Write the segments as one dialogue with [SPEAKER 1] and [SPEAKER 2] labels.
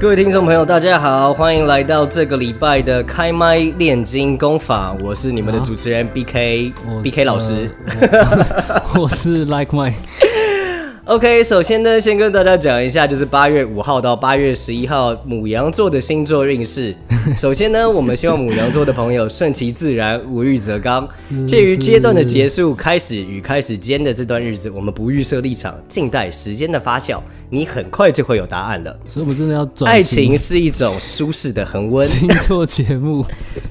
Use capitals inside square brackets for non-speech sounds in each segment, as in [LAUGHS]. [SPEAKER 1] 各位听众朋友，大家好，欢迎来到这个礼拜的开麦炼金功法，我是你们的主持人 B K
[SPEAKER 2] 我是
[SPEAKER 1] B K 老师。
[SPEAKER 2] 呃我 [LAUGHS] 我是 Like Mike，
[SPEAKER 1] OK，首先呢，先跟大家讲一下，就是八月五号到八月十一号母羊座的星座运
[SPEAKER 2] [LAUGHS]
[SPEAKER 1] 势。首先呢，我们希望母羊座的朋友顺其自然，无欲则刚。介于阶段的结束、开始与开始间的这段日子，我们不预设立场，静待时间的发酵，你很快就会有答案了。
[SPEAKER 2] 所以我真的要转
[SPEAKER 1] 爱
[SPEAKER 2] 型
[SPEAKER 1] 情是一种舒适的恒温。
[SPEAKER 2] [LAUGHS] 星座节
[SPEAKER 1] [LAUGHS]
[SPEAKER 2] 目。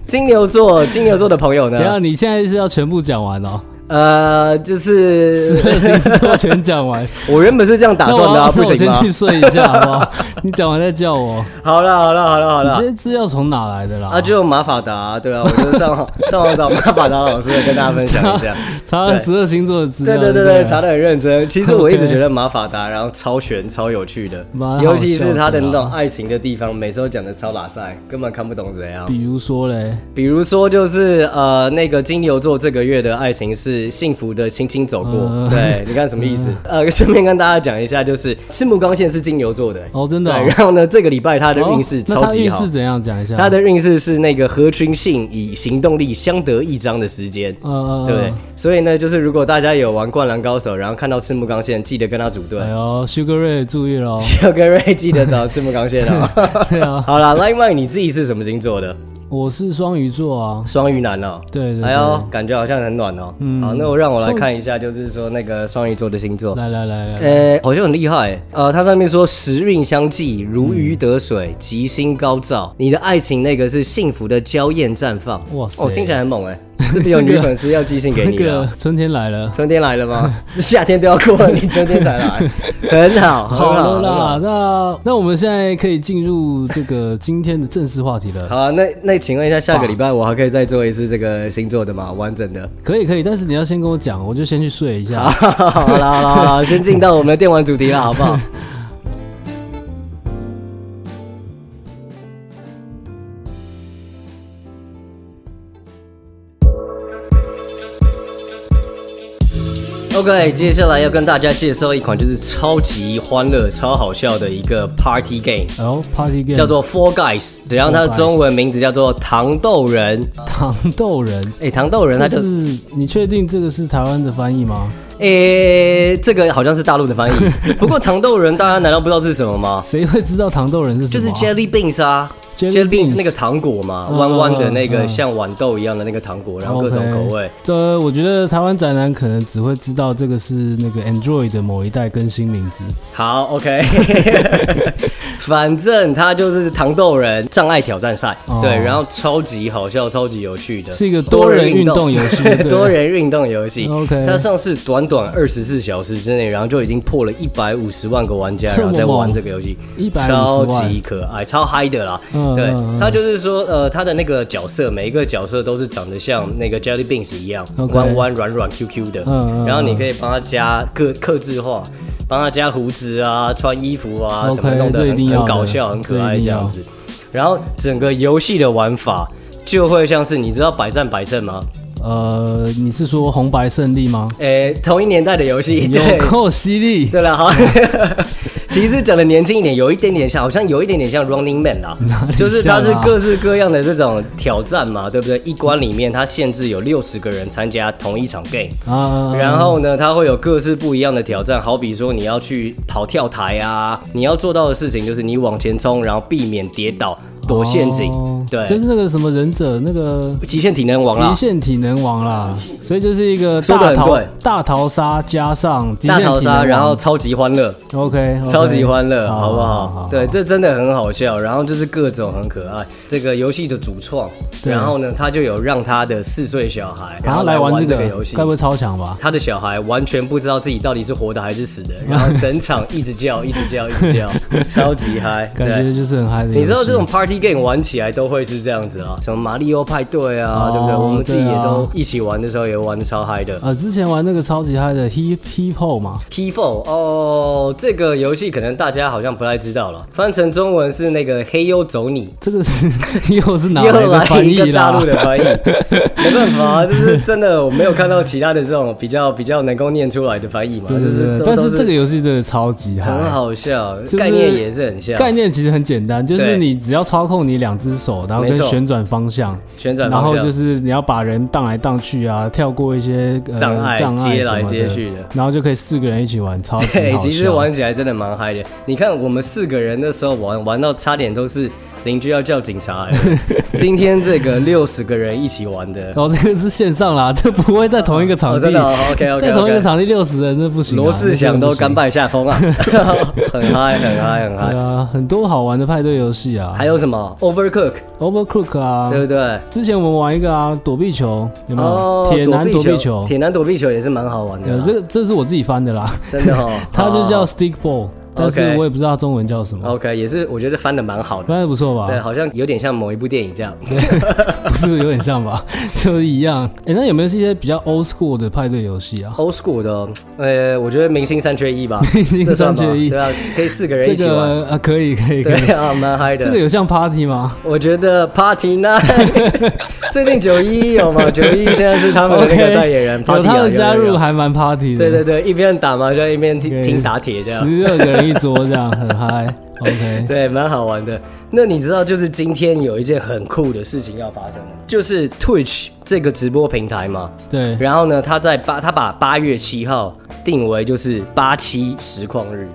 [SPEAKER 1] 金牛座，金牛座的朋友
[SPEAKER 2] 等一下
[SPEAKER 1] 呢？
[SPEAKER 2] 你现在是要全部讲完哦， [LAUGHS]
[SPEAKER 1] 呃，就是
[SPEAKER 2] 十二星座全
[SPEAKER 1] [LAUGHS]
[SPEAKER 2] 讲完。
[SPEAKER 1] 我原本是这样打
[SPEAKER 2] 那我
[SPEAKER 1] 算的、啊，
[SPEAKER 2] 要
[SPEAKER 1] 不
[SPEAKER 2] 那我
[SPEAKER 1] 行
[SPEAKER 2] 先
[SPEAKER 1] 吗
[SPEAKER 2] 去？睡一下好不好？
[SPEAKER 1] [LAUGHS]
[SPEAKER 2] 你讲完再叫我。
[SPEAKER 1] 好了，好了，好了，好
[SPEAKER 2] 你
[SPEAKER 1] 了
[SPEAKER 2] 这。些资料从哪来的啦？
[SPEAKER 1] 啊，就马法达，对啊，我就上网上网找马法达老师来跟大家分享一下。
[SPEAKER 2] 查了十二星座的 [LAUGHS] 资
[SPEAKER 1] 对
[SPEAKER 2] 料。
[SPEAKER 1] 对对
[SPEAKER 2] 对
[SPEAKER 1] 对，
[SPEAKER 2] 不
[SPEAKER 1] 查的很认
[SPEAKER 2] [LAUGHS]
[SPEAKER 1] 真。其实
[SPEAKER 2] OK
[SPEAKER 1] 我一直觉得马法达，然后超悬、超有趣的
[SPEAKER 2] 蛮好，笑
[SPEAKER 1] 尤其是他的
[SPEAKER 2] 的啦
[SPEAKER 1] 那种爱情的地方，每次都讲的超拉塞，根本看不懂怎样。
[SPEAKER 2] 比如说嘞，
[SPEAKER 1] 比如说，就是呃，那个金牛座这个月的爱情是幸福的轻轻走过，
[SPEAKER 2] 嗯
[SPEAKER 1] 对你看什么意思？
[SPEAKER 2] [LAUGHS]
[SPEAKER 1] 呃，顺便跟大家讲一下，就是赤木刚宪是金牛座的、
[SPEAKER 2] 哦真的
[SPEAKER 1] 对，
[SPEAKER 2] 哦
[SPEAKER 1] 然后呢，这个礼拜他的运势
[SPEAKER 2] 哦那
[SPEAKER 1] 超
[SPEAKER 2] 他
[SPEAKER 1] 级
[SPEAKER 2] 运
[SPEAKER 1] 好
[SPEAKER 2] 势。怎样？讲一下。
[SPEAKER 1] 他的运势是那个合群性以行动力相得益彰的时间，
[SPEAKER 2] 呃，
[SPEAKER 1] 对不对？所以呢，就是如果大家有玩《灌篮高手》，然后看到赤木刚宪，记得跟他组队
[SPEAKER 2] 哎，呦，Sugar Ray 注意
[SPEAKER 1] [LAUGHS]
[SPEAKER 2] 喽。
[SPEAKER 1] 要跟瑞记得找赤木刚宪哦。 [LAUGHS]
[SPEAKER 2] 对啊，
[SPEAKER 1] 好啦 l i m e 你自己是什么星座的？
[SPEAKER 2] 我是双鱼座啊。
[SPEAKER 1] 双鱼男哦。
[SPEAKER 2] 对对
[SPEAKER 1] 哎
[SPEAKER 2] 对。
[SPEAKER 1] 呦，感觉好像很暖哦。好，那我让我来看一下，就是说那个双鱼座的星座。
[SPEAKER 2] 来来来来，
[SPEAKER 1] 呃，好像很厉害欸。呃，它上面说时运相济，如鱼得水，吉星高照。你的爱情那个是幸福的娇艳绽放。
[SPEAKER 2] 哇塞
[SPEAKER 1] 哦，听起来很猛 [LAUGHS] 哎。是不是有女粉丝要寄信给
[SPEAKER 2] 这
[SPEAKER 1] 你啊
[SPEAKER 2] 个
[SPEAKER 1] 了？
[SPEAKER 2] 春天来了。
[SPEAKER 1] 春天来了吗？ [LAUGHS] 夏天都要过了，你 [LAUGHS] 春天才来，很好，很
[SPEAKER 2] 好了
[SPEAKER 1] 很
[SPEAKER 2] 啦，那那我们现在可以进入这个今天的正式话题了。
[SPEAKER 1] 好啊，那那请问一下，下个礼拜我还可以再做一次这个星座的吗？完整的？
[SPEAKER 2] 可以可以，但是你要先跟我讲，我就先去睡一下。
[SPEAKER 1] 啊好啦好啦好 [LAUGHS] 啦，先进到我们的电玩主题了，好不好？OK，接下来要跟大家介绍一款就是超级欢乐、超好笑的一个 party game，
[SPEAKER 2] 然后 Party Game
[SPEAKER 1] 叫做嗯 Four Guys，然后它的中文名字叫做糖豆人。
[SPEAKER 2] 糖豆人。
[SPEAKER 1] 哎、糖豆人它
[SPEAKER 2] 但
[SPEAKER 1] 就是
[SPEAKER 2] 你确定这个是台湾的翻译吗？
[SPEAKER 1] 诶、这个好像是大陆的翻译。 [LAUGHS] 不过糖豆人，大家难道不知道这是什么吗？
[SPEAKER 2] 谁会知道糖豆人是什
[SPEAKER 1] 就是
[SPEAKER 2] 么啊？
[SPEAKER 1] jelly beans 啊
[SPEAKER 2] Jelly
[SPEAKER 1] beans
[SPEAKER 2] beans
[SPEAKER 1] 那个糖果嘛，
[SPEAKER 2] 嗯
[SPEAKER 1] 弯弯的那个
[SPEAKER 2] 嗯
[SPEAKER 1] 像豌豆一样的那个糖果，然后各种
[SPEAKER 2] OK
[SPEAKER 1] 口味。
[SPEAKER 2] 这我觉得台湾宅男可能只会知道这个是那个 Android 的某一代更新名字。
[SPEAKER 1] 好，OK，反正它就是糖豆人障碍挑战赛，
[SPEAKER 2] 哦
[SPEAKER 1] 对，然后超级好笑，超级有趣的，
[SPEAKER 2] 是一个多人运动游戏对
[SPEAKER 1] [LAUGHS] 多人运动游戏。
[SPEAKER 2] OK
[SPEAKER 1] 它上市短短二十四小时之内，然后就已经破了一百五十万个玩家，
[SPEAKER 2] 这
[SPEAKER 1] 然
[SPEAKER 2] 么
[SPEAKER 1] 后在玩
[SPEAKER 2] 猛
[SPEAKER 1] 这个游戏，
[SPEAKER 2] 150
[SPEAKER 1] 超
[SPEAKER 2] 万
[SPEAKER 1] 级可爱，超嗨的啦。
[SPEAKER 2] 嗯
[SPEAKER 1] 对
[SPEAKER 2] 嗯，嗯
[SPEAKER 1] 它就是说，呃，它的那个角色，每一个角色都是长得像那个 Jelly Beans 一样，
[SPEAKER 2] OK
[SPEAKER 1] 弯弯软软 Q Q 的，
[SPEAKER 2] 嗯嗯
[SPEAKER 1] 然后你可以帮他加个克制化，帮他加胡子啊，穿衣服啊。啊
[SPEAKER 2] OK，
[SPEAKER 1] 什么弄得
[SPEAKER 2] 这一
[SPEAKER 1] 很
[SPEAKER 2] 定要
[SPEAKER 1] 很
[SPEAKER 2] 的
[SPEAKER 1] 搞笑、很可爱
[SPEAKER 2] 这
[SPEAKER 1] 这
[SPEAKER 2] 一定要
[SPEAKER 1] 样子。然后整个游戏的玩法就会像是你知道百战百胜吗？
[SPEAKER 2] 呃，你是说红白胜利吗？
[SPEAKER 1] 诶，同一年代的游戏， [LAUGHS] 对
[SPEAKER 2] 有够犀利！
[SPEAKER 1] 对了，好。 [LAUGHS] 其实讲的年轻一点，有一点点像，好像有一点点像 Running Man 啦，
[SPEAKER 2] 里
[SPEAKER 1] 就是它是
[SPEAKER 2] 像啊
[SPEAKER 1] 各式各样的这种挑战嘛，对不对？一关里面它限制有六十个人参加同一场 game，
[SPEAKER 2] 啊，
[SPEAKER 1] 然后呢，它会有各式不一样的挑战，好比说你要去跑跳台啊，你要做到的事情就是你往前冲，然后避免跌倒、躲陷阱，
[SPEAKER 2] 哦
[SPEAKER 1] 对，
[SPEAKER 2] 就是那个什么忍者那个
[SPEAKER 1] 极限体能王啊啦
[SPEAKER 2] 极。限体能王啦，所以就是一个
[SPEAKER 1] 说得
[SPEAKER 2] 大
[SPEAKER 1] 很
[SPEAKER 2] 逃
[SPEAKER 1] 对
[SPEAKER 2] 大逃杀加上极
[SPEAKER 1] 大
[SPEAKER 2] 限体能
[SPEAKER 1] 逃
[SPEAKER 2] 王
[SPEAKER 1] 杀，然后超级欢乐
[SPEAKER 2] OK，
[SPEAKER 1] 超级欢乐，
[SPEAKER 2] 好
[SPEAKER 1] 好不
[SPEAKER 2] 好好
[SPEAKER 1] 好
[SPEAKER 2] 好？
[SPEAKER 1] 对，这真的很好笑，然后就是各种很可爱。这个游戏的主创，
[SPEAKER 2] 对
[SPEAKER 1] 然后呢，他就有让他的四岁小孩，然
[SPEAKER 2] 然
[SPEAKER 1] 后
[SPEAKER 2] 后来
[SPEAKER 1] 玩
[SPEAKER 2] 玩这
[SPEAKER 1] 个
[SPEAKER 2] 个
[SPEAKER 1] 游戏
[SPEAKER 2] 该。不会超强吧？
[SPEAKER 1] 他的小孩完全不知道自己到底是活的还是死的， [LAUGHS] 然后
[SPEAKER 2] [LAUGHS]
[SPEAKER 1] 整场一直叫，一直叫，一直叫，超级嗨。
[SPEAKER 2] 感
[SPEAKER 1] 对
[SPEAKER 2] 觉就是很嗨的游戏。
[SPEAKER 1] 你知道这种 party game 玩起来都会是这样子啊，什么马里奥派对啊，
[SPEAKER 2] 哦
[SPEAKER 1] 对不对？我们自己也
[SPEAKER 2] 对啊
[SPEAKER 1] 都一起玩的时候也玩的超嗨的。
[SPEAKER 2] 呃，之前玩那个超级嗨的 Hip Hip Hop 嘛，
[SPEAKER 1] P4 哦，这个游戏可能大家好像不太知道了，翻成中文是那个黑幽走你。
[SPEAKER 2] 这个是 [LAUGHS] 又是
[SPEAKER 1] [LAUGHS]
[SPEAKER 2] 哪
[SPEAKER 1] 又
[SPEAKER 2] 来的
[SPEAKER 1] 来
[SPEAKER 2] 翻
[SPEAKER 1] 一
[SPEAKER 2] 译
[SPEAKER 1] 个大
[SPEAKER 2] 啦
[SPEAKER 1] 陆？的翻
[SPEAKER 2] [LAUGHS]
[SPEAKER 1] 译，没办法啊，就是真的我没有看到其他的这种比较比较能够念出来的翻译嘛，
[SPEAKER 2] [LAUGHS] 对
[SPEAKER 1] 就
[SPEAKER 2] 对对，
[SPEAKER 1] 都
[SPEAKER 2] 但
[SPEAKER 1] 都
[SPEAKER 2] 是
[SPEAKER 1] 是
[SPEAKER 2] 这个游戏真的超级嗨，
[SPEAKER 1] 很好笑，
[SPEAKER 2] 就是
[SPEAKER 1] 概念也是很像，
[SPEAKER 2] 概念其实很简单，就是
[SPEAKER 1] 对
[SPEAKER 2] 你只要操控你两只手，然后跟
[SPEAKER 1] 没错
[SPEAKER 2] 旋转方向，
[SPEAKER 1] 旋转
[SPEAKER 2] 然
[SPEAKER 1] 方
[SPEAKER 2] 后
[SPEAKER 1] 向
[SPEAKER 2] 就是你要把人荡来荡去啊，跳过一些、呃、
[SPEAKER 1] 障碍
[SPEAKER 2] 障碍
[SPEAKER 1] 接
[SPEAKER 2] 什
[SPEAKER 1] 来
[SPEAKER 2] 么
[SPEAKER 1] 接
[SPEAKER 2] 的，
[SPEAKER 1] 去
[SPEAKER 2] [LAUGHS]
[SPEAKER 1] 的
[SPEAKER 2] 然后就可以四个人一起玩，超级
[SPEAKER 1] [LAUGHS] 对，
[SPEAKER 2] 好
[SPEAKER 1] 其实
[SPEAKER 2] 笑
[SPEAKER 1] 玩起来真的蛮嗨的。你看我们四个人那时候玩，玩到差点都是邻居要叫警察
[SPEAKER 2] [LAUGHS]
[SPEAKER 1] 来了。今天这个六十个人一起玩的，
[SPEAKER 2] 然后这个是线上啦， [LAUGHS] 这不会在同一个哦场
[SPEAKER 1] 哦真
[SPEAKER 2] 地。
[SPEAKER 1] 的、哦、OK OK
[SPEAKER 2] 在同一个
[SPEAKER 1] OK。
[SPEAKER 2] 场地六十人，那不行啊、
[SPEAKER 1] 罗志祥都甘
[SPEAKER 2] 干。
[SPEAKER 1] 拜下风啊，很嗨很嗨很
[SPEAKER 2] [LAUGHS] 对
[SPEAKER 1] 嗨。
[SPEAKER 2] 啊，很多好玩的派对游戏啊，
[SPEAKER 1] 还有什么 Overcook，
[SPEAKER 2] Overcook 啊
[SPEAKER 1] 对，不对？
[SPEAKER 2] 之前我们玩一个啊，躲避球有没有？
[SPEAKER 1] 哦，
[SPEAKER 2] 铁男躲避球，
[SPEAKER 1] 铁男躲避球也是蛮好玩的
[SPEAKER 2] 呃，
[SPEAKER 1] 啦，
[SPEAKER 2] 这个这是我自己翻的啦，
[SPEAKER 1] 真的
[SPEAKER 2] [LAUGHS]。
[SPEAKER 1] 哦
[SPEAKER 2] 它就
[SPEAKER 1] 好
[SPEAKER 2] 叫 Stick Ball，但是
[SPEAKER 1] OK
[SPEAKER 2] 我也不知道它中文叫什么，
[SPEAKER 1] 哦 OK，也是我觉得翻的蛮好的，
[SPEAKER 2] 翻的不错吧
[SPEAKER 1] 对，？好像有点像某一部电影这样。
[SPEAKER 2] [LAUGHS] 不是有点像吧？就是一样。哎，那有没有是一些比较 old school 的派对游戏啊？
[SPEAKER 1] old school 的，呃，我觉得明星三缺一吧，
[SPEAKER 2] [LAUGHS] 明星
[SPEAKER 1] 这算
[SPEAKER 2] 三缺
[SPEAKER 1] 吧
[SPEAKER 2] 一
[SPEAKER 1] 对啊，可以四个人
[SPEAKER 2] 这
[SPEAKER 1] 一起玩，
[SPEAKER 2] 个啊，可以可以可以。
[SPEAKER 1] 对啊，蛮嗨
[SPEAKER 2] [LAUGHS] 这个
[SPEAKER 1] 的。
[SPEAKER 2] 有像 party 吗？
[SPEAKER 1] 我觉得 Party
[SPEAKER 2] [LAUGHS]
[SPEAKER 1] Night，最近九一有嘛？九一现在是他们的那
[SPEAKER 2] OK，
[SPEAKER 1] 个代言人
[SPEAKER 2] 有
[SPEAKER 1] ，Party
[SPEAKER 2] 他
[SPEAKER 1] 啊
[SPEAKER 2] 的加
[SPEAKER 1] 有有
[SPEAKER 2] 入
[SPEAKER 1] 有
[SPEAKER 2] 还蛮 party 的。
[SPEAKER 1] 对对对，一边打麻将一边听
[SPEAKER 2] OK
[SPEAKER 1] 听打铁这样，
[SPEAKER 2] 十二个人一桌这
[SPEAKER 1] [LAUGHS]
[SPEAKER 2] 样，很嗨。OK，
[SPEAKER 1] 对，蛮好玩的。那你知道，就是今天有一件很酷的事情要发生了，就是 Twitch 这个直播平台嘛，
[SPEAKER 2] 对，
[SPEAKER 1] 然后呢，他在八，他把八月七号定为就是八七实况日。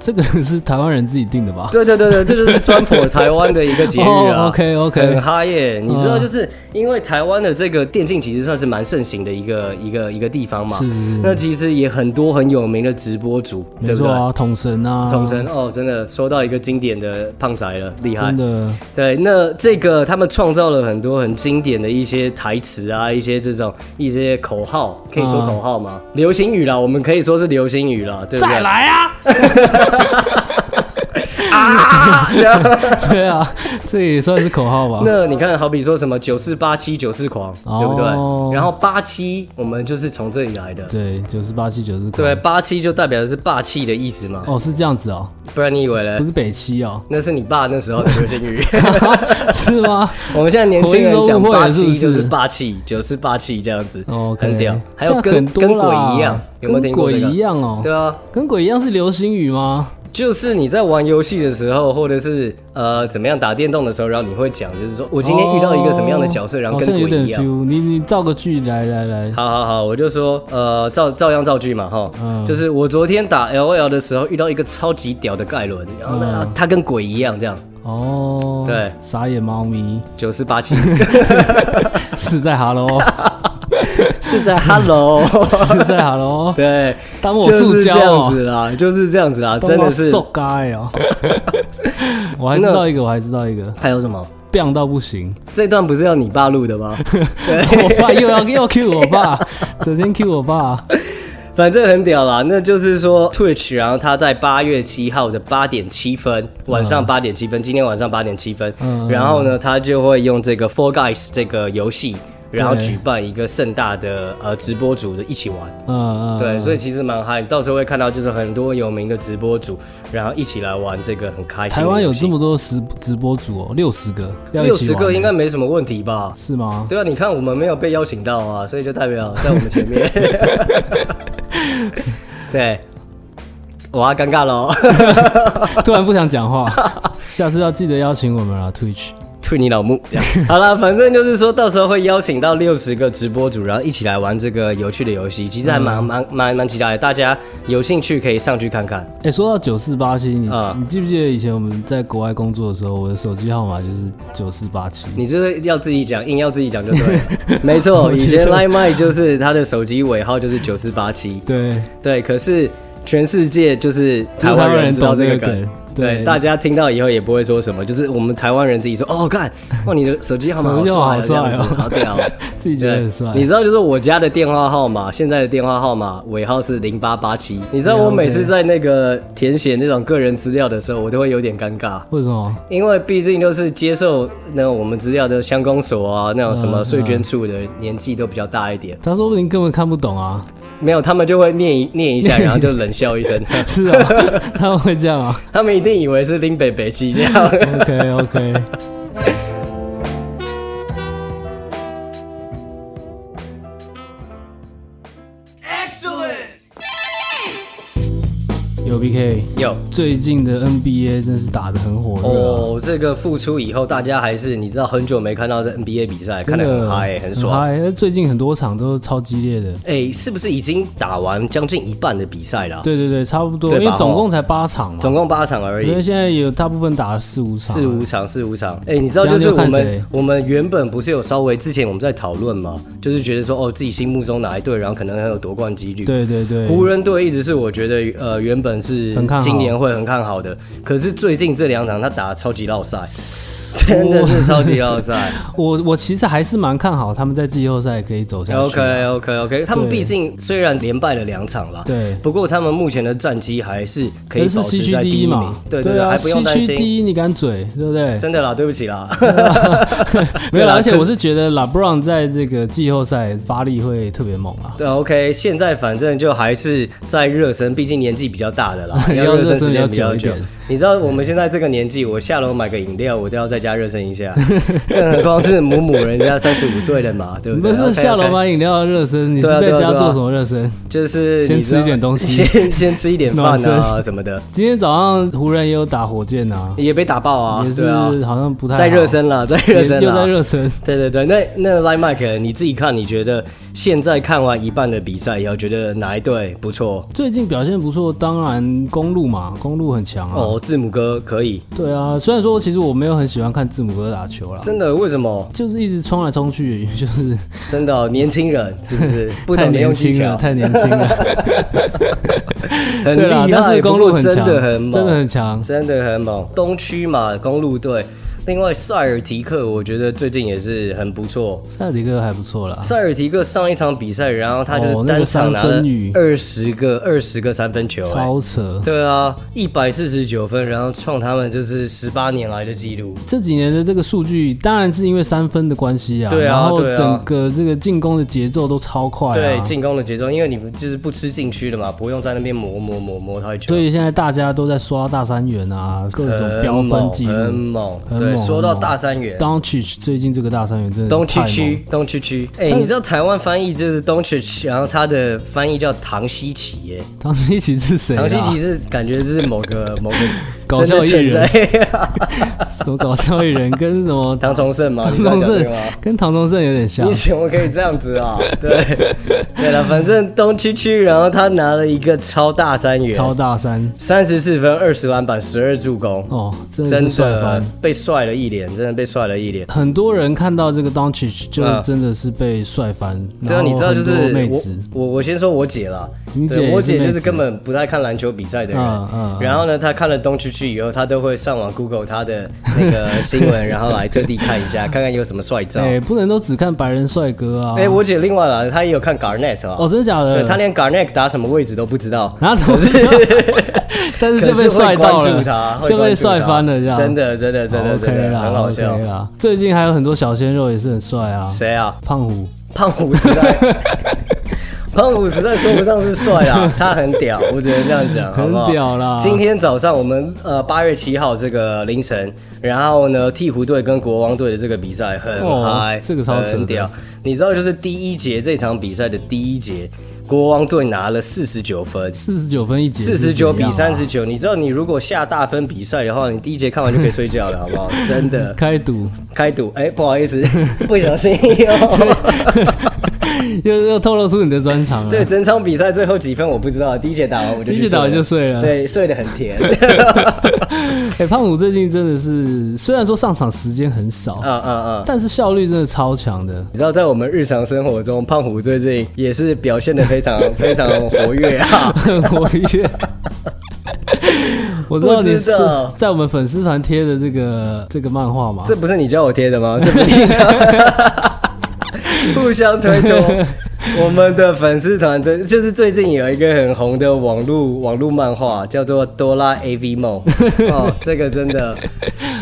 [SPEAKER 2] 这个是台湾人自己定的吧？
[SPEAKER 1] 对对对对，这就是川普台湾的一个节日啊。 [LAUGHS]
[SPEAKER 2] 哦，OK，OK
[SPEAKER 1] 很嗨耶！你知道，就是因为台湾的这个电竞其实算是蛮盛行的一个一个一个地方嘛。
[SPEAKER 2] 是是是
[SPEAKER 1] 那其实也很多很有名的直播主，
[SPEAKER 2] 没
[SPEAKER 1] 对不
[SPEAKER 2] 错
[SPEAKER 1] 对？
[SPEAKER 2] 啊，统神啊，
[SPEAKER 1] 统神哦，真的说到一个经典的胖仔了，厉害
[SPEAKER 2] 真。的
[SPEAKER 1] 对，那这个他们创造了很多很经典的一些台词啊，一些这种一些口号，可以说口号吗？流行语啦，我们可以说是流行语
[SPEAKER 2] [LAUGHS]
[SPEAKER 1] 啦，对不对？
[SPEAKER 2] 再来啊！
[SPEAKER 1] [LAUGHS] 啊！这样
[SPEAKER 2] [LAUGHS] 对啊，这也算是口号吧？
[SPEAKER 1] [LAUGHS] 那你看，好比说什么九四八七九四狂，
[SPEAKER 2] 哦
[SPEAKER 1] 对不对？然后八七，我们就是从这里来的。
[SPEAKER 2] 对，九十八七九十
[SPEAKER 1] 对，八七就代表的是霸气的意思嘛，
[SPEAKER 2] 哦，是这样子哦，
[SPEAKER 1] 不然你以为嘞，
[SPEAKER 2] 不？是北七哦
[SPEAKER 1] 那是你爸那时候的流行语。
[SPEAKER 2] 是吗？
[SPEAKER 1] 我们现在年轻人讲
[SPEAKER 2] 我一直都误会
[SPEAKER 1] 霸
[SPEAKER 2] 了是
[SPEAKER 1] 气
[SPEAKER 2] 不是
[SPEAKER 1] 就是霸气，九四霸气这样子，
[SPEAKER 2] 哦，OK
[SPEAKER 1] 很屌。还有
[SPEAKER 2] 现在
[SPEAKER 1] 跟
[SPEAKER 2] 很多啦
[SPEAKER 1] 跟鬼一样，有没有
[SPEAKER 2] 跟
[SPEAKER 1] 听过
[SPEAKER 2] 鬼
[SPEAKER 1] 这个？
[SPEAKER 2] 一样哦，
[SPEAKER 1] 对啊，
[SPEAKER 2] 跟鬼一样是流星雨吗？
[SPEAKER 1] 就是你在玩游戏的时候，或者是呃怎么样打电动的时候，然后你会讲，就是说我今天遇到一个什么样的角色，
[SPEAKER 2] 哦
[SPEAKER 1] 然后
[SPEAKER 2] 好
[SPEAKER 1] 跟
[SPEAKER 2] 像有
[SPEAKER 1] 鬼
[SPEAKER 2] 点
[SPEAKER 1] 一样。
[SPEAKER 2] feel，你你造个句来来来，
[SPEAKER 1] 好好好，我就说，呃，照照样造句嘛，哈，
[SPEAKER 2] 嗯
[SPEAKER 1] 就是我昨天打 L O L 的时候遇到一个超级屌的盖伦，然后呢，
[SPEAKER 2] 嗯
[SPEAKER 1] 他跟鬼一样，这样
[SPEAKER 2] 哦，
[SPEAKER 1] 对
[SPEAKER 2] 傻眼猫
[SPEAKER 1] [LAUGHS]
[SPEAKER 2] 咪
[SPEAKER 1] 九四八
[SPEAKER 2] [LAUGHS]
[SPEAKER 1] 七
[SPEAKER 2] 是
[SPEAKER 1] [LAUGHS]
[SPEAKER 2] 在 hello，
[SPEAKER 1] 是在
[SPEAKER 2] [LAUGHS]
[SPEAKER 1] Hello，
[SPEAKER 2] 是在 hello，
[SPEAKER 1] 对，
[SPEAKER 2] 当我
[SPEAKER 1] 就
[SPEAKER 2] 塑
[SPEAKER 1] 是这
[SPEAKER 2] 胶
[SPEAKER 1] 样
[SPEAKER 2] 哦，
[SPEAKER 1] 子啦，就是这样子啦，
[SPEAKER 2] 当
[SPEAKER 1] 真
[SPEAKER 2] 我
[SPEAKER 1] 的是。
[SPEAKER 2] 塑
[SPEAKER 1] [LAUGHS]
[SPEAKER 2] 胶哦，我还知道一个，我还知道一个，
[SPEAKER 1] 还有什么？
[SPEAKER 2] 棒到不行。
[SPEAKER 1] 这段不是要你爸录的
[SPEAKER 2] [LAUGHS]
[SPEAKER 1] 吗？
[SPEAKER 2] 我爸又要又 Q 我爸，整天 Q 我爸。
[SPEAKER 1] 反正很屌啦，那就是说 Twitch，然后他在八月七号的八点七分，晚上八点七分，今天晚上八点七分，
[SPEAKER 2] 嗯
[SPEAKER 1] 然后呢，他就会用这个 Four Guys 这个游戏，然后
[SPEAKER 2] 对
[SPEAKER 1] 举办一个盛大的呃直播组的一起玩。
[SPEAKER 2] 嗯嗯，
[SPEAKER 1] 对，所
[SPEAKER 2] 以
[SPEAKER 1] 以其实蛮嗨，到时候会看到就是很多有名的直播主，然后一起来玩这个很开心的游戏。
[SPEAKER 2] 台湾有这么多直直播主哦，六十个，要一
[SPEAKER 1] 六
[SPEAKER 2] 起
[SPEAKER 1] 十
[SPEAKER 2] 玩
[SPEAKER 1] 个应该没什么问题吧？
[SPEAKER 2] 是吗？
[SPEAKER 1] 对啊，你看我们没有被邀请到啊，所以就代表在我们前
[SPEAKER 2] [LAUGHS]
[SPEAKER 1] 面。对，哇，尴尬哦喽！ [LAUGHS]
[SPEAKER 2] 突然不想讲话，下次要记得邀请我们啊，Twitch。
[SPEAKER 1] 退你老母！这样好了，反正就是说到时候会邀请到六十个直播主，然后一起来玩这个有趣的游戏，其实还蛮
[SPEAKER 2] 嗯
[SPEAKER 1] 蛮蛮蛮期待的。大家有兴趣可以上去看看。
[SPEAKER 2] 哎、说到九四八七，你、
[SPEAKER 1] 啊
[SPEAKER 2] 你记不记得以前我们在国外工作的时候，我的手机号码就是九四八七？
[SPEAKER 1] 你就是要自己讲，硬要自己讲就
[SPEAKER 2] [LAUGHS]
[SPEAKER 1] 对了。没错，
[SPEAKER 2] 我
[SPEAKER 1] 以
[SPEAKER 2] 记得
[SPEAKER 1] 前 Line My 就是他的手机尾号就是九四八七，
[SPEAKER 2] 对，
[SPEAKER 1] 对，可是。全世界就是台湾人知道这个梗。
[SPEAKER 2] 对，
[SPEAKER 1] 大家听到以后也不会说什么，就是我们台湾人自己说哦，看，哇，你的手机号码好帅啊，
[SPEAKER 2] 手
[SPEAKER 1] 这
[SPEAKER 2] 机号
[SPEAKER 1] 样
[SPEAKER 2] 好帅哦
[SPEAKER 1] 子，好屌哦， [LAUGHS]
[SPEAKER 2] [LAUGHS] 自己觉得很帅。
[SPEAKER 1] 你知道，就是我家的电话号码，现在的电话号码尾号是零八八七。你知道我每次在那个填写那种个人资料的时候，我都会有点尴尬，
[SPEAKER 2] 为什么？
[SPEAKER 1] 因为毕竟就是接受那种我们资料的乡公所啊，那种什么税捐处的年纪都比较大一点，
[SPEAKER 2] 他说不定根本看不懂啊。
[SPEAKER 1] 没有他们就会念一念一 [LAUGHS] 下，然后就冷笑一声，
[SPEAKER 2] 是
[SPEAKER 1] [LAUGHS]
[SPEAKER 2] 啊，他们会这样啊。
[SPEAKER 1] 他们一定以为是林北北七这
[SPEAKER 2] [LAUGHS]
[SPEAKER 1] 样。
[SPEAKER 2] OK OK，有 BK。
[SPEAKER 1] 有
[SPEAKER 2] 最近的 NBA 真是打得很火热啊、
[SPEAKER 1] 哦，这个复出以后，大家还是你知道很久没看到这 NBA 比赛，看
[SPEAKER 2] 真
[SPEAKER 1] 得很
[SPEAKER 2] 的
[SPEAKER 1] 嗨、很爽。
[SPEAKER 2] 嗨那最近很多场都超激烈的。
[SPEAKER 1] 哎、是不是已经打完将近一半的比赛了啊、
[SPEAKER 2] 对对对，差不多，
[SPEAKER 1] 对吧
[SPEAKER 2] 因为总共才八场嘛，
[SPEAKER 1] 总共八场而
[SPEAKER 2] 我觉
[SPEAKER 1] 已
[SPEAKER 2] 得，现在有大部分打了四五场啊，
[SPEAKER 1] 四五场，四五场。哎、你知道
[SPEAKER 2] 这
[SPEAKER 1] 就是
[SPEAKER 2] 样就
[SPEAKER 1] 我
[SPEAKER 2] 看谁
[SPEAKER 1] 们我们原本不是有稍微之前我们在讨论嘛，就是觉得说哦自己心目中哪一队，然后可能很有夺冠几率。
[SPEAKER 2] 对对对，
[SPEAKER 1] 湖人队一直是我觉得呃原本是
[SPEAKER 2] 很看好
[SPEAKER 1] 今年会很看好的，可是最近这两场他打得超级绕赛， [LAUGHS] 真的是超级绕
[SPEAKER 2] [LAUGHS]
[SPEAKER 1] 赛。
[SPEAKER 2] 我我其实还是蛮看好他们在季后赛可以走下去。
[SPEAKER 1] OK OK OK，他们
[SPEAKER 2] 对
[SPEAKER 1] 毕竟虽然连败了两场啦，
[SPEAKER 2] 对
[SPEAKER 1] 不过他们目前的战绩还是可以
[SPEAKER 2] 可是
[SPEAKER 1] 保
[SPEAKER 2] 西
[SPEAKER 1] 持
[SPEAKER 2] 区
[SPEAKER 1] 在第
[SPEAKER 2] 第一
[SPEAKER 1] 名
[SPEAKER 2] 嘛，，
[SPEAKER 1] 对
[SPEAKER 2] 对
[SPEAKER 1] 对，
[SPEAKER 2] 啊，
[SPEAKER 1] 还不用
[SPEAKER 2] 西
[SPEAKER 1] 担
[SPEAKER 2] 区
[SPEAKER 1] 心。
[SPEAKER 2] 第一你敢嘴，对不对？
[SPEAKER 1] 真的啦，对不起啦，
[SPEAKER 2] 没有
[SPEAKER 1] 对
[SPEAKER 2] 啦，
[SPEAKER 1] 啊
[SPEAKER 2] 而且我是觉得 LeBron 在这个季后赛发力会特别猛啊，，
[SPEAKER 1] 对，OK，现呃在反正就还是在热身，毕竟年纪比较大的啦
[SPEAKER 2] [LAUGHS]
[SPEAKER 1] 要
[SPEAKER 2] 要
[SPEAKER 1] 热
[SPEAKER 2] 热
[SPEAKER 1] 身
[SPEAKER 2] 身
[SPEAKER 1] 时间
[SPEAKER 2] 要
[SPEAKER 1] 比较
[SPEAKER 2] 久一
[SPEAKER 1] 久
[SPEAKER 2] 点。
[SPEAKER 1] 你知道我们现在这个年纪，我下楼买个饮料，我都要在家热身一
[SPEAKER 2] [LAUGHS]
[SPEAKER 1] 下，更何况是母母人家三十五岁了嘛，对
[SPEAKER 2] 你
[SPEAKER 1] 不
[SPEAKER 2] 不
[SPEAKER 1] 对？
[SPEAKER 2] 是
[SPEAKER 1] OK，OK
[SPEAKER 2] 下楼买饮料热身，你是
[SPEAKER 1] 对啊
[SPEAKER 2] 在
[SPEAKER 1] 对啊
[SPEAKER 2] 家
[SPEAKER 1] 对啊
[SPEAKER 2] 做什么热身？
[SPEAKER 1] 就是你
[SPEAKER 2] 先
[SPEAKER 1] 知道
[SPEAKER 2] 吃一点东西
[SPEAKER 1] 先先吃一点饭啊什么的，
[SPEAKER 2] 今天早上湖人也有打火箭啊，
[SPEAKER 1] 也被打爆啊
[SPEAKER 2] 也，是
[SPEAKER 1] 对啊，
[SPEAKER 2] 好像不太好
[SPEAKER 1] 在热，身了，在热身啊
[SPEAKER 2] 也又在
[SPEAKER 1] 了。
[SPEAKER 2] 热身。
[SPEAKER 1] 对对对，那那 Line Mike，你自己看，你觉得现在看完一半的比赛以后，觉得哪一队不错？
[SPEAKER 2] 最近表现不错，当然公路嘛，公路很强啊。
[SPEAKER 1] 哦，字母哥可以，
[SPEAKER 2] 对啊，虽然说其实我没有很喜欢看字母哥打球啦，
[SPEAKER 1] 真的？为什么？
[SPEAKER 2] 就是一直冲来冲去，就是
[SPEAKER 1] 真的哦、年轻人是不是不
[SPEAKER 2] 太
[SPEAKER 1] 懂得
[SPEAKER 2] 年
[SPEAKER 1] 用技
[SPEAKER 2] 轻了，
[SPEAKER 1] 巧？
[SPEAKER 2] 太年轻了。
[SPEAKER 1] 很
[SPEAKER 2] 对啦，
[SPEAKER 1] 厉
[SPEAKER 2] 但
[SPEAKER 1] 害，
[SPEAKER 2] 是公
[SPEAKER 1] 不
[SPEAKER 2] 路
[SPEAKER 1] 过
[SPEAKER 2] 很
[SPEAKER 1] 真
[SPEAKER 2] 强，
[SPEAKER 1] 的很猛，
[SPEAKER 2] 真的很强。
[SPEAKER 1] 真的很猛。东区嘛，公路队。另外，塞尔提克，我觉得最近也是很不错。
[SPEAKER 2] 塞尔迪克还不错啦，
[SPEAKER 1] 塞尔提克上一场比赛，然后他就是
[SPEAKER 2] 哦那个
[SPEAKER 1] 单场拿
[SPEAKER 2] 三
[SPEAKER 1] 了
[SPEAKER 2] 分雨
[SPEAKER 1] 二十个二十个三分球、哎。
[SPEAKER 2] 超扯。
[SPEAKER 1] 对啊，一百四十九分，然后创他们就是十八年来的记录。
[SPEAKER 2] 这几年的这个数据，当然是因为三分的关系啊，
[SPEAKER 1] 对啊
[SPEAKER 2] 然后
[SPEAKER 1] 对啊
[SPEAKER 2] 整个这个进攻的节奏都超快
[SPEAKER 1] 对
[SPEAKER 2] 啊，
[SPEAKER 1] 进攻的节奏，因为你们就是不吃禁区的嘛，不用在那边磨磨磨磨太久。
[SPEAKER 2] 所以现在大家都在刷大三元啊，各种飙分记
[SPEAKER 1] 很
[SPEAKER 2] 录。
[SPEAKER 1] 猛。
[SPEAKER 2] 很
[SPEAKER 1] 对，
[SPEAKER 2] 猛
[SPEAKER 1] 说
[SPEAKER 2] 很
[SPEAKER 1] 到
[SPEAKER 2] 猛
[SPEAKER 1] 大三元，
[SPEAKER 2] 当 c h 最近这个大三元真的
[SPEAKER 1] 东
[SPEAKER 2] 是太
[SPEAKER 1] 区
[SPEAKER 2] 猛了，
[SPEAKER 1] 区，东区区。哎，你知道台湾翻译就是东区区，然后它的翻译叫唐西奇耶。
[SPEAKER 2] 唐西奇是谁
[SPEAKER 1] 唐
[SPEAKER 2] 啊？
[SPEAKER 1] 西奇是感觉是某
[SPEAKER 2] [LAUGHS]
[SPEAKER 1] 个某个
[SPEAKER 2] 搞笑艺
[SPEAKER 1] 真
[SPEAKER 2] 人
[SPEAKER 1] 的存在
[SPEAKER 2] [LAUGHS]
[SPEAKER 1] [LAUGHS]
[SPEAKER 2] 什么搞笑艺人跟什么
[SPEAKER 1] 唐崇盛
[SPEAKER 2] [LAUGHS]
[SPEAKER 1] 吗？
[SPEAKER 2] 唐
[SPEAKER 1] 你在
[SPEAKER 2] 宗
[SPEAKER 1] 讲这个
[SPEAKER 2] 盛
[SPEAKER 1] 吗？
[SPEAKER 2] 跟唐宗盛有点像
[SPEAKER 1] 啊你，怎么可以这样子啊？对，对了，反正东区区，然后他拿了一个超大三元，
[SPEAKER 2] 超大三
[SPEAKER 1] 三十四分、二十篮板、十二助攻，
[SPEAKER 2] 哦，真的
[SPEAKER 1] 真
[SPEAKER 2] 是帅
[SPEAKER 1] 的
[SPEAKER 2] 翻。
[SPEAKER 1] 被帅了一脸，真的被帅了一脸。
[SPEAKER 2] 很多人看到这个 d o n c h 就
[SPEAKER 1] 嗯
[SPEAKER 2] 真的是被帅翻，
[SPEAKER 1] 对啊，
[SPEAKER 2] 然后
[SPEAKER 1] 你知道就
[SPEAKER 2] 很多
[SPEAKER 1] 是
[SPEAKER 2] 妹
[SPEAKER 1] 我
[SPEAKER 2] 子，
[SPEAKER 1] 我我先说我姐啦，
[SPEAKER 2] 你姐
[SPEAKER 1] 对
[SPEAKER 2] 也
[SPEAKER 1] 我
[SPEAKER 2] 是
[SPEAKER 1] 姐
[SPEAKER 2] 妹
[SPEAKER 1] 就是
[SPEAKER 2] 子
[SPEAKER 1] 根本不太看篮球比赛的人，
[SPEAKER 2] 嗯嗯嗯
[SPEAKER 1] 然后呢，她看了东区区以后，她都会上网 Google 她的那个新
[SPEAKER 2] [LAUGHS]
[SPEAKER 1] 闻，然后来特地看一下，看看有什么帅照。
[SPEAKER 2] 哎，不能都只看白人帅哥啊。
[SPEAKER 1] 哎，我姐另外啦，她也有看 Garnett 啊，
[SPEAKER 2] 哦，真的假
[SPEAKER 1] 对，她
[SPEAKER 2] 的？
[SPEAKER 1] 连 Garnett 打什么位置都不知道，
[SPEAKER 2] 然后总是， [LAUGHS] 但是就被帅到
[SPEAKER 1] 可是会关注他
[SPEAKER 2] 了，
[SPEAKER 1] 会
[SPEAKER 2] 就被
[SPEAKER 1] 关注他
[SPEAKER 2] 帅翻了这样。哦
[SPEAKER 1] 真的，真的，真的，
[SPEAKER 2] OK
[SPEAKER 1] 真的，
[SPEAKER 2] 啦
[SPEAKER 1] 很好笑
[SPEAKER 2] ，OK。啦。最近还有很多小鲜肉也是很帅啊，
[SPEAKER 1] 谁啊？
[SPEAKER 2] 胖虎。
[SPEAKER 1] 胖虎时代， [LAUGHS] 胖虎时代说不上是帅啊，
[SPEAKER 2] [LAUGHS]
[SPEAKER 1] 他很屌，我只能这样讲，好不好？
[SPEAKER 2] 很屌啦
[SPEAKER 1] 今天早上我们呃八月七号这个凌晨，然后呢，鹈鹕队跟国王队的这个比赛很
[SPEAKER 2] 哦
[SPEAKER 1] 嗨、
[SPEAKER 2] 这个超扯的
[SPEAKER 1] 很屌。你知道，就是第一节这场比赛的第一节，国王队拿了四十九分。
[SPEAKER 2] 四十九分一节，
[SPEAKER 1] 四十九
[SPEAKER 2] 啊
[SPEAKER 1] 比三，十九，你知道你如果下大分比赛的话，你第一节看完就可以睡觉了，好不好？真的，
[SPEAKER 2] 开赌， [LAUGHS]
[SPEAKER 1] 哦开赌，哎、不好意思，不小心哟。
[SPEAKER 2] 又又透露出你的专长
[SPEAKER 1] [LAUGHS]
[SPEAKER 2] 了。
[SPEAKER 1] 对，整场比赛最后几分我不知道，第一节打完我就
[SPEAKER 2] 第一
[SPEAKER 1] 去
[SPEAKER 2] 节打完
[SPEAKER 1] 了
[SPEAKER 2] 就睡了
[SPEAKER 1] 对，睡得很甜。 [LAUGHS]
[SPEAKER 2] 哎、胖虎最近真的是，虽然说上场时间很少，
[SPEAKER 1] 嗯嗯嗯。
[SPEAKER 2] 但是效率真的超强的。
[SPEAKER 1] 你知道，在我们日常生活中，胖虎最近也是表现得非常 [LAUGHS] 非常活跃啊。 [LAUGHS]
[SPEAKER 2] 很 [LAUGHS] 活跃。我知道你
[SPEAKER 1] 不知
[SPEAKER 2] 是
[SPEAKER 1] 道
[SPEAKER 2] 在我们粉丝团贴的这个这个漫画嘛？
[SPEAKER 1] 这不是你叫我贴的
[SPEAKER 2] [LAUGHS]
[SPEAKER 1] 吗？这不是你叫， [LAUGHS] 互相推脱。我们的粉丝团最就是最近有一个很红的网络网络漫画，叫做《哆啦 A V 梦》哦，这个真的，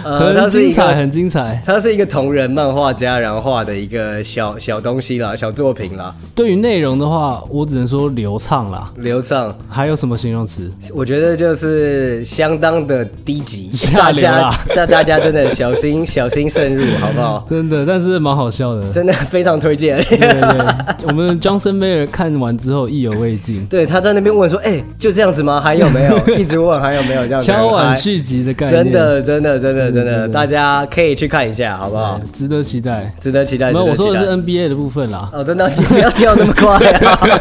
[SPEAKER 1] 呃，它
[SPEAKER 2] 很
[SPEAKER 1] 是
[SPEAKER 2] 精
[SPEAKER 1] 一
[SPEAKER 2] 彩，
[SPEAKER 1] 个
[SPEAKER 2] 很精彩。
[SPEAKER 1] 它是一个同人漫画家，然后画的一个小小东西啦，小作品啦，
[SPEAKER 2] 对于内容的话，我只能说流畅啦。
[SPEAKER 1] 流畅。
[SPEAKER 2] 还有什么形容词？
[SPEAKER 1] 我觉得就是相当的低级，
[SPEAKER 2] 下
[SPEAKER 1] 大
[SPEAKER 2] 流
[SPEAKER 1] 家
[SPEAKER 2] 啦
[SPEAKER 1] 让 [LAUGHS] 大家真的小
[SPEAKER 2] [LAUGHS]
[SPEAKER 1] 心小心慎入，好不好？
[SPEAKER 2] 真的，但是蛮好笑的。
[SPEAKER 1] 真的非常推荐。 [LAUGHS]
[SPEAKER 2] 对对对，我们 Johnson Mayer 看完之后意犹未尽，
[SPEAKER 1] 对，他在那边问说：“哎、就这样子吗？还有没有？”
[SPEAKER 2] [LAUGHS]
[SPEAKER 1] 一直问还有没有这样子。
[SPEAKER 2] 敲碗
[SPEAKER 1] 很嗨
[SPEAKER 2] 续集的概念，
[SPEAKER 1] 真的，真的，真的，真
[SPEAKER 2] 真的
[SPEAKER 1] 的，大家可以去看一下，好不好
[SPEAKER 2] 对？值得期待。
[SPEAKER 1] 值得期待。
[SPEAKER 2] 没有，
[SPEAKER 1] 值得期待
[SPEAKER 2] 我说的是 NBA 的部分啦。
[SPEAKER 1] 哦，真的，你不要跳那么快、啊，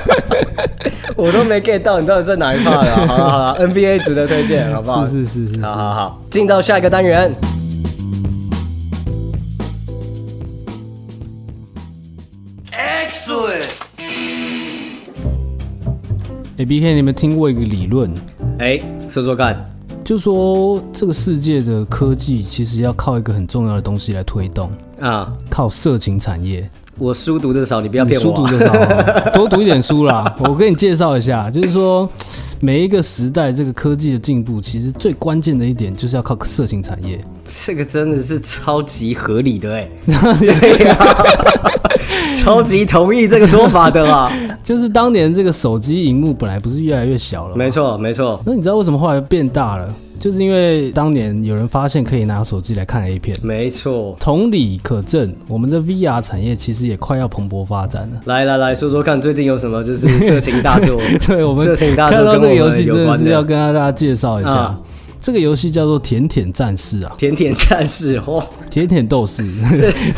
[SPEAKER 2] [LAUGHS]
[SPEAKER 1] 我都没 get 到，你到底在哪一 part 啊？好了好了，NBA 值得推荐，好不好？
[SPEAKER 2] 是是是是是
[SPEAKER 1] 好好好，进到下一个单元。
[SPEAKER 2] A 哎 B K，你们听过一个理论，
[SPEAKER 1] 哎、说说看，
[SPEAKER 2] 就说这个世界的科技其实要靠一个很重要的东西来推动，
[SPEAKER 1] 啊，
[SPEAKER 2] 靠色情产业。
[SPEAKER 1] 我书读的少，你不要
[SPEAKER 2] 你
[SPEAKER 1] 骗我
[SPEAKER 2] 书
[SPEAKER 1] 啊。
[SPEAKER 2] 读的少啊，多读一点书啦。我跟你介绍一下，就是说每一个时代这个科技的进步，其实最关键的一点就是要靠色情产业。
[SPEAKER 1] [LAUGHS] 这个真的是超级合理
[SPEAKER 2] [LAUGHS]
[SPEAKER 1] 的哎、 [LAUGHS] 对呀，超级同意这个说法的啊啦。
[SPEAKER 2] 就是当年这个手机荧幕本来不是越来越小了吗？
[SPEAKER 1] 没错，没错，
[SPEAKER 2] 那你知道为什么后来变大了？就是因为当年有人发现可以拿手机来看 A 片。
[SPEAKER 1] 没错。
[SPEAKER 2] 同理可证，我们的 VR 产业其实也快要蓬勃发展了。？
[SPEAKER 1] 来来来说说看，最近有什么就是色情大作
[SPEAKER 2] [LAUGHS] 对我们
[SPEAKER 1] 色情大作
[SPEAKER 2] 看到
[SPEAKER 1] 跟
[SPEAKER 2] 这
[SPEAKER 1] 我
[SPEAKER 2] 个
[SPEAKER 1] 们
[SPEAKER 2] 游戏真
[SPEAKER 1] 有
[SPEAKER 2] 的
[SPEAKER 1] 关
[SPEAKER 2] 是要
[SPEAKER 1] 的。
[SPEAKER 2] 跟大家介绍一下，
[SPEAKER 1] 啊
[SPEAKER 2] 这个游戏叫做《甜甜战士》啊，
[SPEAKER 1] 甜甜战士，哦，
[SPEAKER 2] 《甜甜斗士》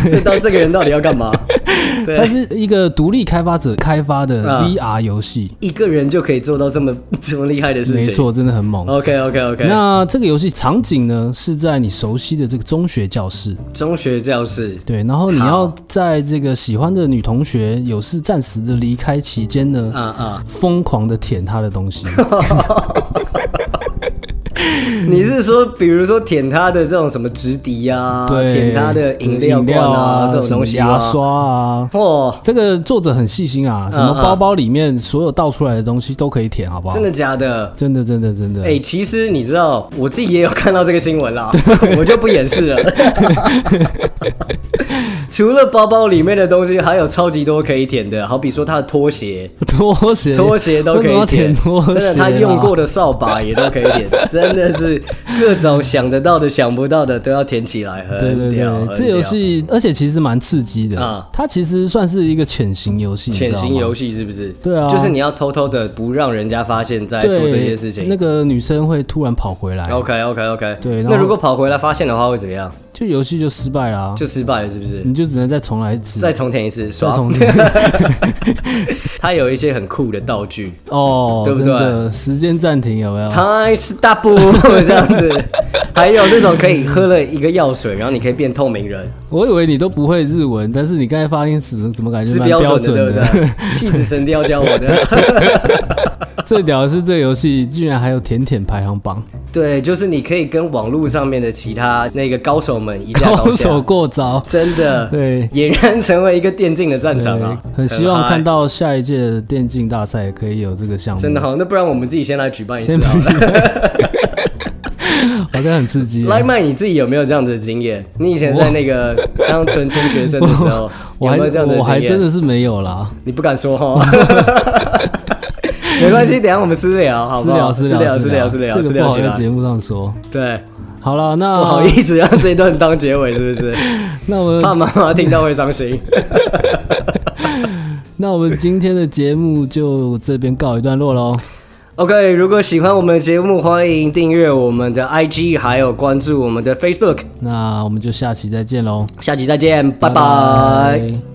[SPEAKER 1] 这这 [LAUGHS] 当这个人到底要干
[SPEAKER 2] [LAUGHS]
[SPEAKER 1] 嘛？
[SPEAKER 2] 它
[SPEAKER 1] 对，
[SPEAKER 2] 是一个独立开发者开发的
[SPEAKER 1] 啊
[SPEAKER 2] VR 游戏，
[SPEAKER 1] 一个人就可以做到这么 [LAUGHS] 这么厉害的事情。
[SPEAKER 2] 没错，真的很猛。
[SPEAKER 1] ，OK OK OK。
[SPEAKER 2] 那这个游戏场景呢是在你熟悉的这个中学教室，
[SPEAKER 1] 中学教室，
[SPEAKER 2] 对，然后你
[SPEAKER 1] 好
[SPEAKER 2] 要在这个喜欢的女同学有事暂时的离开期间呢，
[SPEAKER 1] 啊啊，
[SPEAKER 2] 疯狂的舔她的东西，
[SPEAKER 1] 你是说比如说舔他的这种什么直笛啊，[LAUGHS]
[SPEAKER 2] 对，
[SPEAKER 1] 舔他的饮料
[SPEAKER 2] 饮
[SPEAKER 1] 罐
[SPEAKER 2] 料啊，
[SPEAKER 1] 这种
[SPEAKER 2] 什么
[SPEAKER 1] 东西
[SPEAKER 2] 牙
[SPEAKER 1] 啊，
[SPEAKER 2] 刷啊。
[SPEAKER 1] 哦，
[SPEAKER 2] 这个作者很细心
[SPEAKER 1] 嗯
[SPEAKER 2] 啊，什么包包里面所有倒出来的东西都可以舔，好不好？
[SPEAKER 1] 真的假的？
[SPEAKER 2] 真的，真的，真的。
[SPEAKER 1] 哎、其实你知道，我自己也有看到这个新闻啦，我就不掩饰
[SPEAKER 2] [LAUGHS]
[SPEAKER 1] 了。除了包包里面的东西，还有超级多可以舔的，好比说他的拖鞋，
[SPEAKER 2] [LAUGHS] 拖鞋，
[SPEAKER 1] 拖鞋都可
[SPEAKER 2] [LAUGHS] 为什么要
[SPEAKER 1] 以
[SPEAKER 2] 舔
[SPEAKER 1] 舔，
[SPEAKER 2] 拖鞋啊，
[SPEAKER 1] 真的，他用过的扫把也都可以
[SPEAKER 2] [LAUGHS]
[SPEAKER 1] 舔，真的是各种想得到的、想不到的都要舔起来，很
[SPEAKER 2] 对对
[SPEAKER 1] 屌很
[SPEAKER 2] 对，这
[SPEAKER 1] 屌
[SPEAKER 2] 游戏而且其实蛮刺激的
[SPEAKER 1] 啊
[SPEAKER 2] 它其实算是一个潜行游戏，你知道
[SPEAKER 1] 潜行
[SPEAKER 2] 吗
[SPEAKER 1] 游戏是不是？
[SPEAKER 2] 对啊
[SPEAKER 1] 就是你要偷偷的不让人家发现，在
[SPEAKER 2] 对
[SPEAKER 1] 做这些事情哦
[SPEAKER 2] 那。个女生会突然跑回来，
[SPEAKER 1] OK OK OK，
[SPEAKER 2] 对然后
[SPEAKER 1] 那如果跑回来发现的话会怎么样？
[SPEAKER 2] 就游戏就失败啦、
[SPEAKER 1] 就失败了，是不是？
[SPEAKER 2] 你就只能再重来一次，
[SPEAKER 1] 再重填一次，
[SPEAKER 2] 嗯再
[SPEAKER 1] 爽。
[SPEAKER 2] 重
[SPEAKER 1] [LAUGHS]
[SPEAKER 2] 来。
[SPEAKER 1] 它有一些很酷的道具
[SPEAKER 2] 哦，
[SPEAKER 1] 对不
[SPEAKER 2] 真
[SPEAKER 1] 对
[SPEAKER 2] 的时间暂停有没有？
[SPEAKER 1] ，Time Stop 这样子，还有那种可以喝了一个药水，然后你可以变透明人，
[SPEAKER 2] 我以为你都不会日文，但是你刚才发音怎么怎么感觉
[SPEAKER 1] 是
[SPEAKER 2] 蛮
[SPEAKER 1] 标
[SPEAKER 2] 标
[SPEAKER 1] 准的，
[SPEAKER 2] 的？
[SPEAKER 1] 对不
[SPEAKER 2] [LAUGHS]
[SPEAKER 1] 对？气质神雕教我的， [LAUGHS]
[SPEAKER 2] 最屌的是这个游戏居然还有甜甜排行榜，
[SPEAKER 1] 对，就是你可以跟网络上面的其他那个高手们一较高
[SPEAKER 2] [LAUGHS] 高
[SPEAKER 1] 下
[SPEAKER 2] 手，过招。
[SPEAKER 1] 真的，
[SPEAKER 2] 对
[SPEAKER 1] 俨然成为一个电竞的战场啊！
[SPEAKER 2] 对很希望
[SPEAKER 1] 嗨
[SPEAKER 2] 看到下一届的电竞大赛可以有这个项目，
[SPEAKER 1] 真的好，那不然我们自己先来举办一次 [LAUGHS]
[SPEAKER 2] 先
[SPEAKER 1] 好了。
[SPEAKER 2] [LAUGHS] 好像很刺激耶。啊
[SPEAKER 1] 来麦，你自己有没有这样的经验？你以前在那个当纯情学生的时候，
[SPEAKER 2] 我
[SPEAKER 1] 有
[SPEAKER 2] 还
[SPEAKER 1] 没有这样的
[SPEAKER 2] 我还
[SPEAKER 1] 经
[SPEAKER 2] 真
[SPEAKER 1] 验？
[SPEAKER 2] 的是没有啦，
[SPEAKER 1] 你不敢说
[SPEAKER 2] [LAUGHS]
[SPEAKER 1] 哈？没关系，等一下我们私聊，好
[SPEAKER 2] 私
[SPEAKER 1] 不好？
[SPEAKER 2] 聊私
[SPEAKER 1] 聊，
[SPEAKER 2] 聊
[SPEAKER 1] 私
[SPEAKER 2] 聊
[SPEAKER 1] 私聊，
[SPEAKER 2] 这
[SPEAKER 1] 私
[SPEAKER 2] 个不
[SPEAKER 1] 聊
[SPEAKER 2] 好
[SPEAKER 1] 起
[SPEAKER 2] 在
[SPEAKER 1] 来。
[SPEAKER 2] 节目上说。
[SPEAKER 1] 对， [LAUGHS]
[SPEAKER 2] 好了，那
[SPEAKER 1] 不好意思让这一段当结尾，是不是？[LAUGHS]
[SPEAKER 2] 那我
[SPEAKER 1] 怕
[SPEAKER 2] 们
[SPEAKER 1] 妈妈听到会伤心。 [LAUGHS]
[SPEAKER 2] 那我们今天的节目就这边告一段落喽。
[SPEAKER 1] OK，如果喜欢我们的节目，欢迎订阅我们的 IG，还有关注我们的 Facebook。
[SPEAKER 2] 那我们就下期再见喽，
[SPEAKER 1] 下期再见，拜拜。
[SPEAKER 2] 拜